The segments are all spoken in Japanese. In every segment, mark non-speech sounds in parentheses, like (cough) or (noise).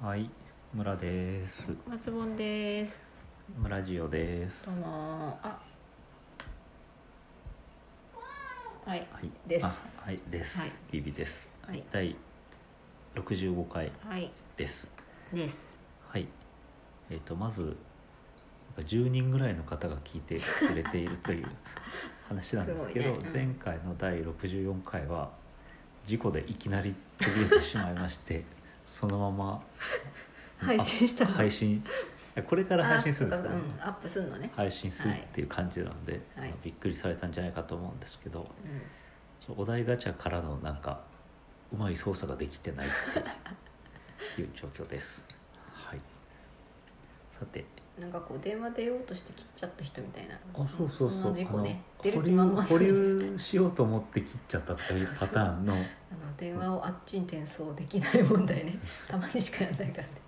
はい、村です。松本です。村ジオです。どうもあ。はい。はい、ですあはい、です。ビビです。はい。第65回はい。です。です。はい。えっ、とまずなんか10人ぐらいの方が聞いてくれていると (laughs) いう話なんですけど、すごいねうん前回の第64回は事故でいきなり途切れてしまいま (laughs) して、そのまま配信したの。配信これから配信するんですか、かうね。ん。アップするのね。配信するっていう感じなので、はいはいびっくりされたんじゃないかと思うんですけど、うん。そうお題ガチャからのなんかうまい操作ができてないっていういう状況 (laughs) です。はい、さてなんかこう電話出ようとして切っちゃった人みたいな。あそうそうそのう事故ね。あ出の保る気満留々。保留しようと思って切っちゃったっていうパターンのあの電話をあっちに転送できない問題ね。たまにしかやらないからね。 (laughs)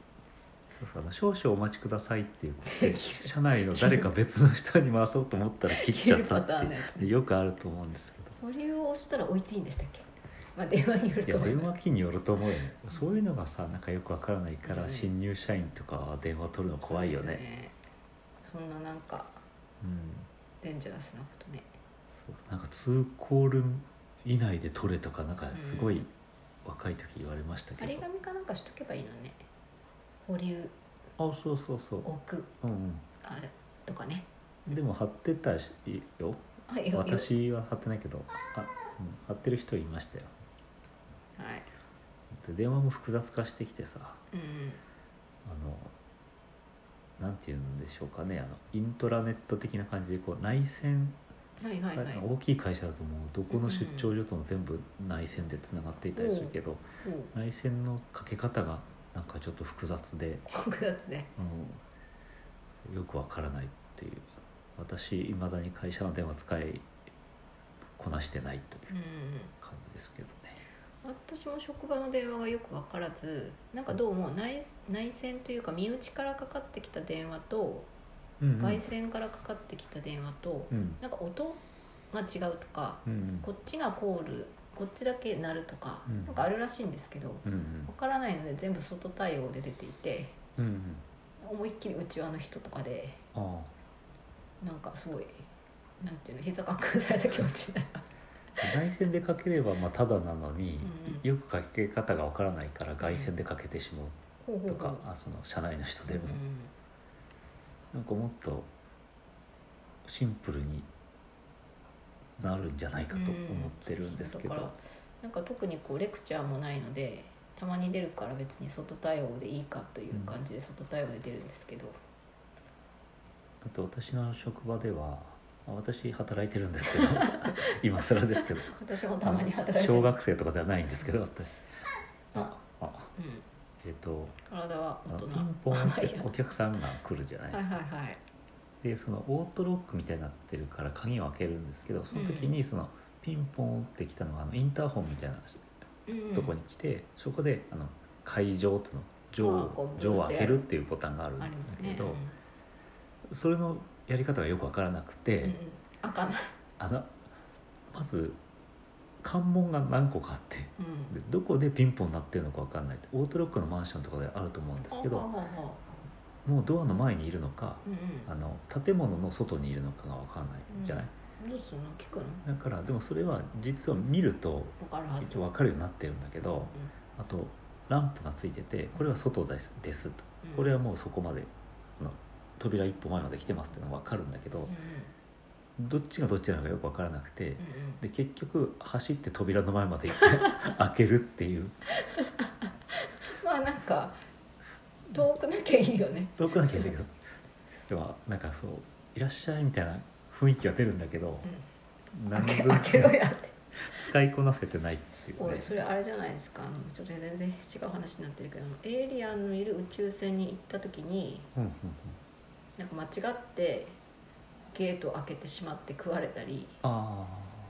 そうそうあの少々お待ちくださいって言って (laughs) できる社内の誰か別の人に回そうと思ったら切っちゃったって切るパターンのやついうよくあると思うんですけど。保留を押したら置いていいんでしたっけ？まあ電話によるいやと思い電ます。話機によると思うよ、ね、そういうのがさなんかよくわからないから、うん新入社員とかは電話取るの怖いよそうですねね。そんななんかうんデンジャラスなことね。そうなんか2コール以内で取れとかなんかすごい若い時言われましたけ張どり、紙かなんかしとけばいいのね保留あそうそうそう置くうんあとかねうんでも貼ってたしよあよよ私は貼ってないけどあ、うん、貼ってる人いましたよはいで電話も複雑化してきてさうんあのなんて言うんでしょうかねあのイントラネット的な感じでこう内線はいはいはい大きい会社だともうどこの出張所とも全部内線でつながっていたりするけど、おう内線のかけ方がなんかちょっと複雑で、複雑でうんそうよくわからないっていう私いまだに会社の電話使いこなしてないといううん感じですけどね。私も職場の電話がよく分からずなんかどうも内内線というか身内からかかってきた電話とうんうん外線からかかってきた電話とうんなんか音が違うとかうんうんこっちがコールこっちだけ鳴るとかうんなんかあるらしいんですけどうんわからないので全部外対応で出ていてうんうんうん思いっきりうちわの人とかであなんかすごいなんていうの膝が圧された気持ちになるあ内線でかければまあただなのにうんうんよくかけ方がわからないから外線でかけてしまうほうほうとほうか、あその社内の人でうんも、なんかもっとシンプルになるんじゃないかと思ってるんですけど、だからなんか特にこうレクチャーもないのでたまに出るから別に外対応でいいかという感じで外対応で出るんですけど、あと私の職場ではあ私働いてるんです (laughs) けど今更ですけど私もたまに働いてる小学生とかではないんですけど私ああうん、えっ、と体はあ大の人ピンポンっまあいいてやお客さんが来るじゃないはでいすかはいはいでそのオートロックみたいになってるから鍵を開けるんですけどその時にそのピンポンって来たのがあのインターホンみたいなうんとこに来て、そこであの会場っていうの錠あこをう錠を開けるっていうボタンがあるんあだりますけね、ど、それのやり方がよくわからなくて、うんうん、あかんない、あのまず関門が何個かあってうん、でどこでピンポン鳴ってるのかわかんないってオートロックのマンションとかであると思うんですけほうどほうほうほもうドアの前にいるのかううんうんあの建物の外にいるのかがわかんないじゃない、どうするの聞くのだからでもそれは実は見ると分かるはず一応わかるようになってるんだけどあとランプがついててこれは外ですですと。うんこれはもうそこまであの扉一歩前まで来てますっていうのが分かるんだけうどんうんどっちがどっちなのかよく分からなくてうんうんで結局走って扉の前まで行って (laughs) 開けるっていうまあなんか遠くなきゃいいよねどこなきゃいけないけどでもなんかそう「いらっしゃい」みたいな雰囲気は出るんだけど何開け分開けろやって使いこなせてないっていうおいねそれあれじゃないですかあのちょっと全然違う話になってるけどあのエイリアンのいる宇宙船に行った時にうんうんうんなんか間違ってゲートを開けてしまって食われたりあ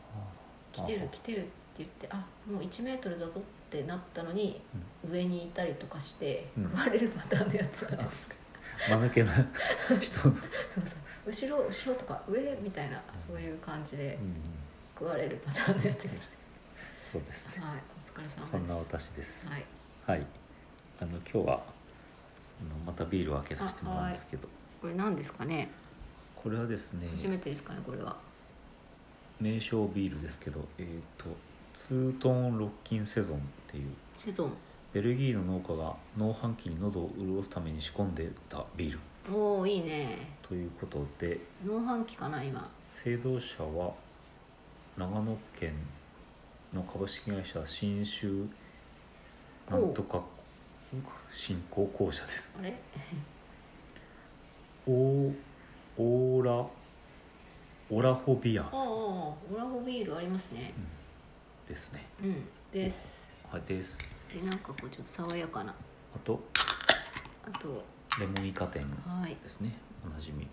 「ー来てる来てる」って言って「あもう1メートルだぞ」ってなったのに、上にいたりとかしてうん食われるパターンのやつじゃないですか、 (laughs) 間抜けな人の、そうそう後ろ後ろとか上みたいなそういう感じでうんうん、食われるパターンのやつですそうですねはい、お疲れ様です。そんな私ですはい、はいあの今日はのまたビールを開けさせてもらうんですけどこれ何ですかねこれはですね初めてですかねこれは名称ビールですけどえっ、とツートンロッキンセゾンっていうセゾンベルギーの農家が農繁期に喉を潤すために仕込んでたビールおおいいねということで農繁期かな今製造者は長野県の株式会社信州なんとか新興公社ですあれオーオーラオラホビアああオラフビールありますねですねうんですはいですでなんかこうちょっと爽やかなあとあとレモンイカ天はい、はい、ですねおなじみ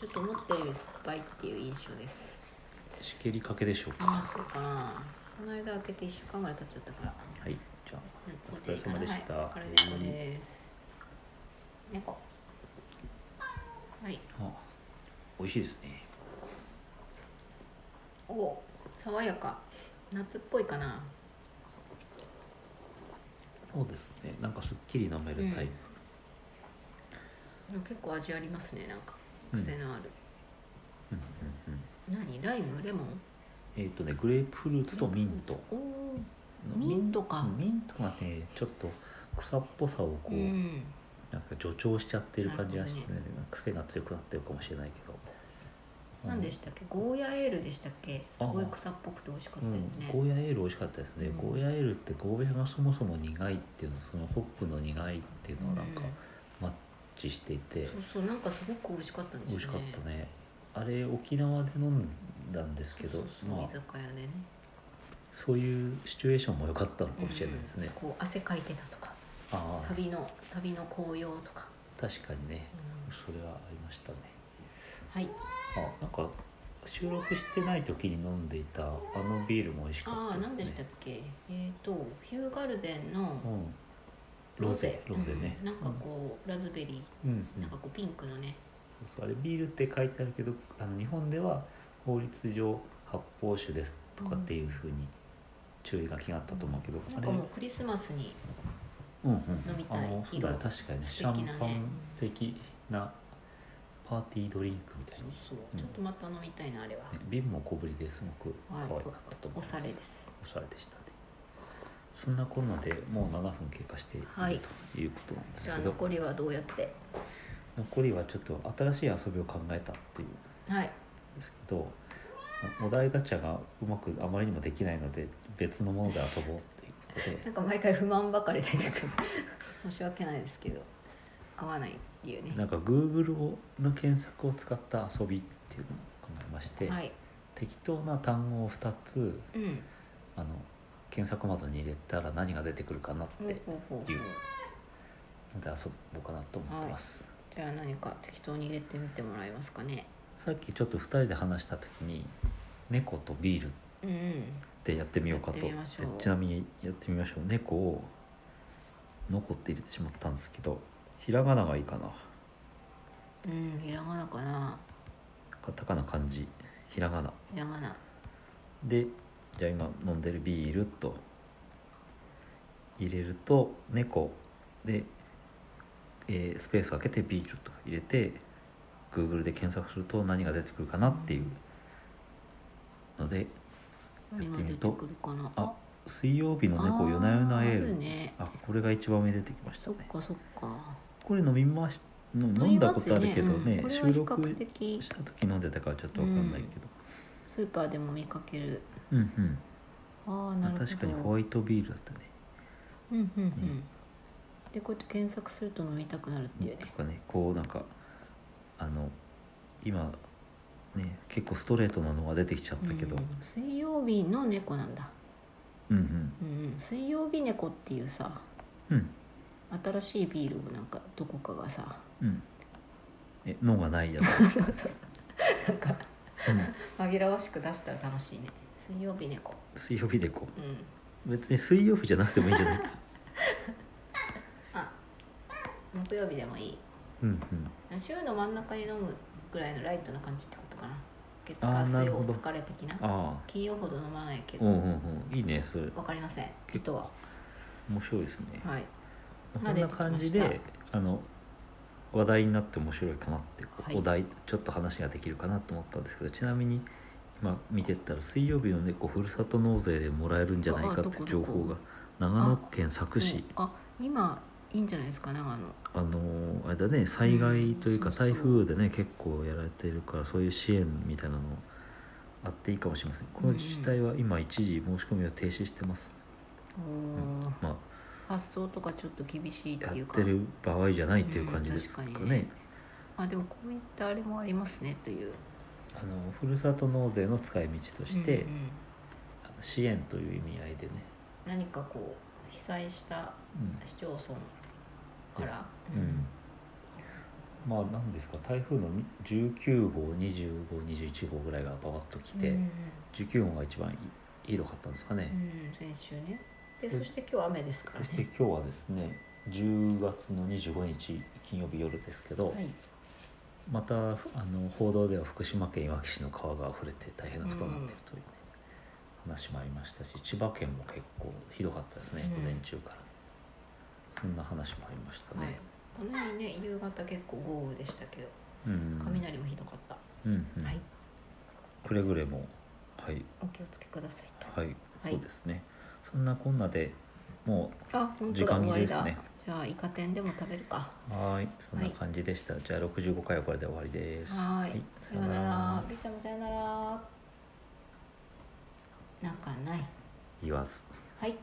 ちょっと思ったより酸っぱいっていう印象ですしけりかけでしょうかああそうかなこの間開けて1週間ぐらい経っちゃったからはいじゃあうんお疲れ様でしたはい、お疲れ猫です。猫。はい。あ美味しいですねお、爽やか。夏っぽいかな。そうですねなんかすっきり飲めるタイプ、でも結構味ありますね。なんかうん癖のある。うんうんうん何？ライム、レモン。えっ、とねグレープフルーツとミントおお。ミントかミントがねちょっと草っぽさをこう、うん。なんか助長しちゃってる感じがして、ねな癖が強くなってるかもしれないけど何でしたっけ？ゴーヤエールでしたっけ？すごいあ草っぽくて美味しかっうたでんすね。、ゴーヤエール美味しかったですね、うんゴーヤエールってゴーヤがそもそも苦いっていうのそのホップの苦いっていうのはなんかマッチしていて、そうそうなんかすごく美味しかったんです美よね。味しかったねあれ沖縄で飲んだんですけどそうそうそうまあ居酒屋でね。そういうシチュエーションも良かったのかもしれないですねうん、こう汗かいてたとか、ああ旅の旅の紅葉とか。確かにねうんそれはありましたねはい。あなんか収録してない時に飲んでいたあのビールも美味しかあっあたで何すでねしたっけえっ、とヒューガルデンうのんロゼロゼね、うんなんかこうラズベリうん、うんーなんかこうピンクのねそうあれビールって書いてあるけどあの日本では法律上発泡酒ですとかっていうふうに注意書きがあったと思うけど、なあんれかもうクリスマスにうんうん、飲みたいあのそうだね色確かに、ね、素シ敵ャなンねパン的なパーティードリンクみたいそうに、ね、そううんちょっとまた飲みたいなあれは、瓶も小ぶりですごく可愛はいかったと思いおます、しゃれですおしゃれでしたねそんなこんなでもう7分経過しているはいということなんですじゃあけど、残りはどうやって残りはちょっと新しい遊びを考えたっていうんはいですけどお題ガチャがうまくあまりにもできないので別のもので遊ぼうっていうことでなんか毎回不満ばかり出てくる (laughs) 申し訳ないですけど合わないっていうねなんか Google をの検索を使った遊びっていうのを考えまして、はい適当な単語を2つうんあの検索窓に入れたら何が出てくるかなって、ほうほうほうほういうので遊ぼうかなと思ってます、じゃあ何か適当に入れてみてもらえますかねさっきちょっと2人で話した時に「猫とビール」っうんうんてやってみようかとやってみましょうでちなみにやってみましょう猫を「のこ」って入れてしまったんですけどひらがながいいかなうんひらがなかなカタカナ漢字ひらがなひらがなでじゃあ今飲んでるビールと入れると猫で、えースペースを空けてビールと入れて Google で検索すると何が出てくるかなっていうので何やがってみ出るてとくるかなあ水曜日の猫夜な夜なエーああるルねあこれが一番目出てきましたそっねかそっかこれ飲みまし飲んだことあるけどねうんこれは収比較録的した時飲んでたからちょっとわかんないけど、スーパーでも見かけるうん、うんあああなるほど確かにホワイトビールだったねうんうんうん、ねでこうやって検索すると飲みたくなるっていうとねかねこうなんかあの今ね結構ストレートなのが出てきちゃったけど、うんうん水曜日の猫なんだ、うん、うんうんうん、水曜日猫っていうさうんうん新しいビールをなんかどこかがさ (laughs) えのがないやつ、そうそうそうなんかうん紛らわしく出したら楽しいね水曜日猫水曜日でこうんう別に水曜日じゃなくてもいいんじゃ (laughs) ないかあ木曜日でもいいうんうん週の真ん中に飲むぐらいのライトな感じってことかな月あ火ーな水るほおど疲れ的なああ金曜ほど飲まないけうんどうんうんいいねそれわかりません結人は面白いですね、はいこんな感じであの話題になって面白いかなって、はいお題ちょっと話ができるかなと思ったんですけどちなみに今見てったら水曜日の猫ふるさと納税でもらえるんじゃないかっあどてこ情報が長野県佐久市あ今いいんじゃないですか長野あのーあれだね災害というかうんそうそ台う風でね結構やられてるからそういう支援みたいなのあっていいかもしれませんこの自治体は今一時申し込みを停止してます、おーまあ発送とかちょっと厳しいってやっいうかてる場合じゃないっていう感じですかうね,、ん確かにねあでもこういったあれもありますねというあのふるさと納税の使い道として、うんうん支援という意味合いでね、何かこう被災した市町村から、うんうんまあ何ですか台風の19号2521号ぐらいがババッと来て、うん19号が一番ひどかったんですかね、うん先週ねでそして今日雨ですかそらしてね、今日はですね10月の25日金曜日夜ですけど、はい、またあの報道では福島県いわき市の川が溢れて大変なことになっているという、ね話もありましたし千葉県も結構ひどかったですね、うん午前中からそんな話もありましたはいね、このようにね夕方結構豪雨でしたけどうん雷もひどかった、うんうんはいくれぐれもはいお気をつけくださいとはい、はいそうですねそんなこんなでもあ本時当だ間終切われでりだ、すねじゃあイカ天でも食べるかうはーいそんな感じでした、じゃあ65回はこれで終わりですはーい、さようなさようなららりーちゃんもさようならなんかない言わずはい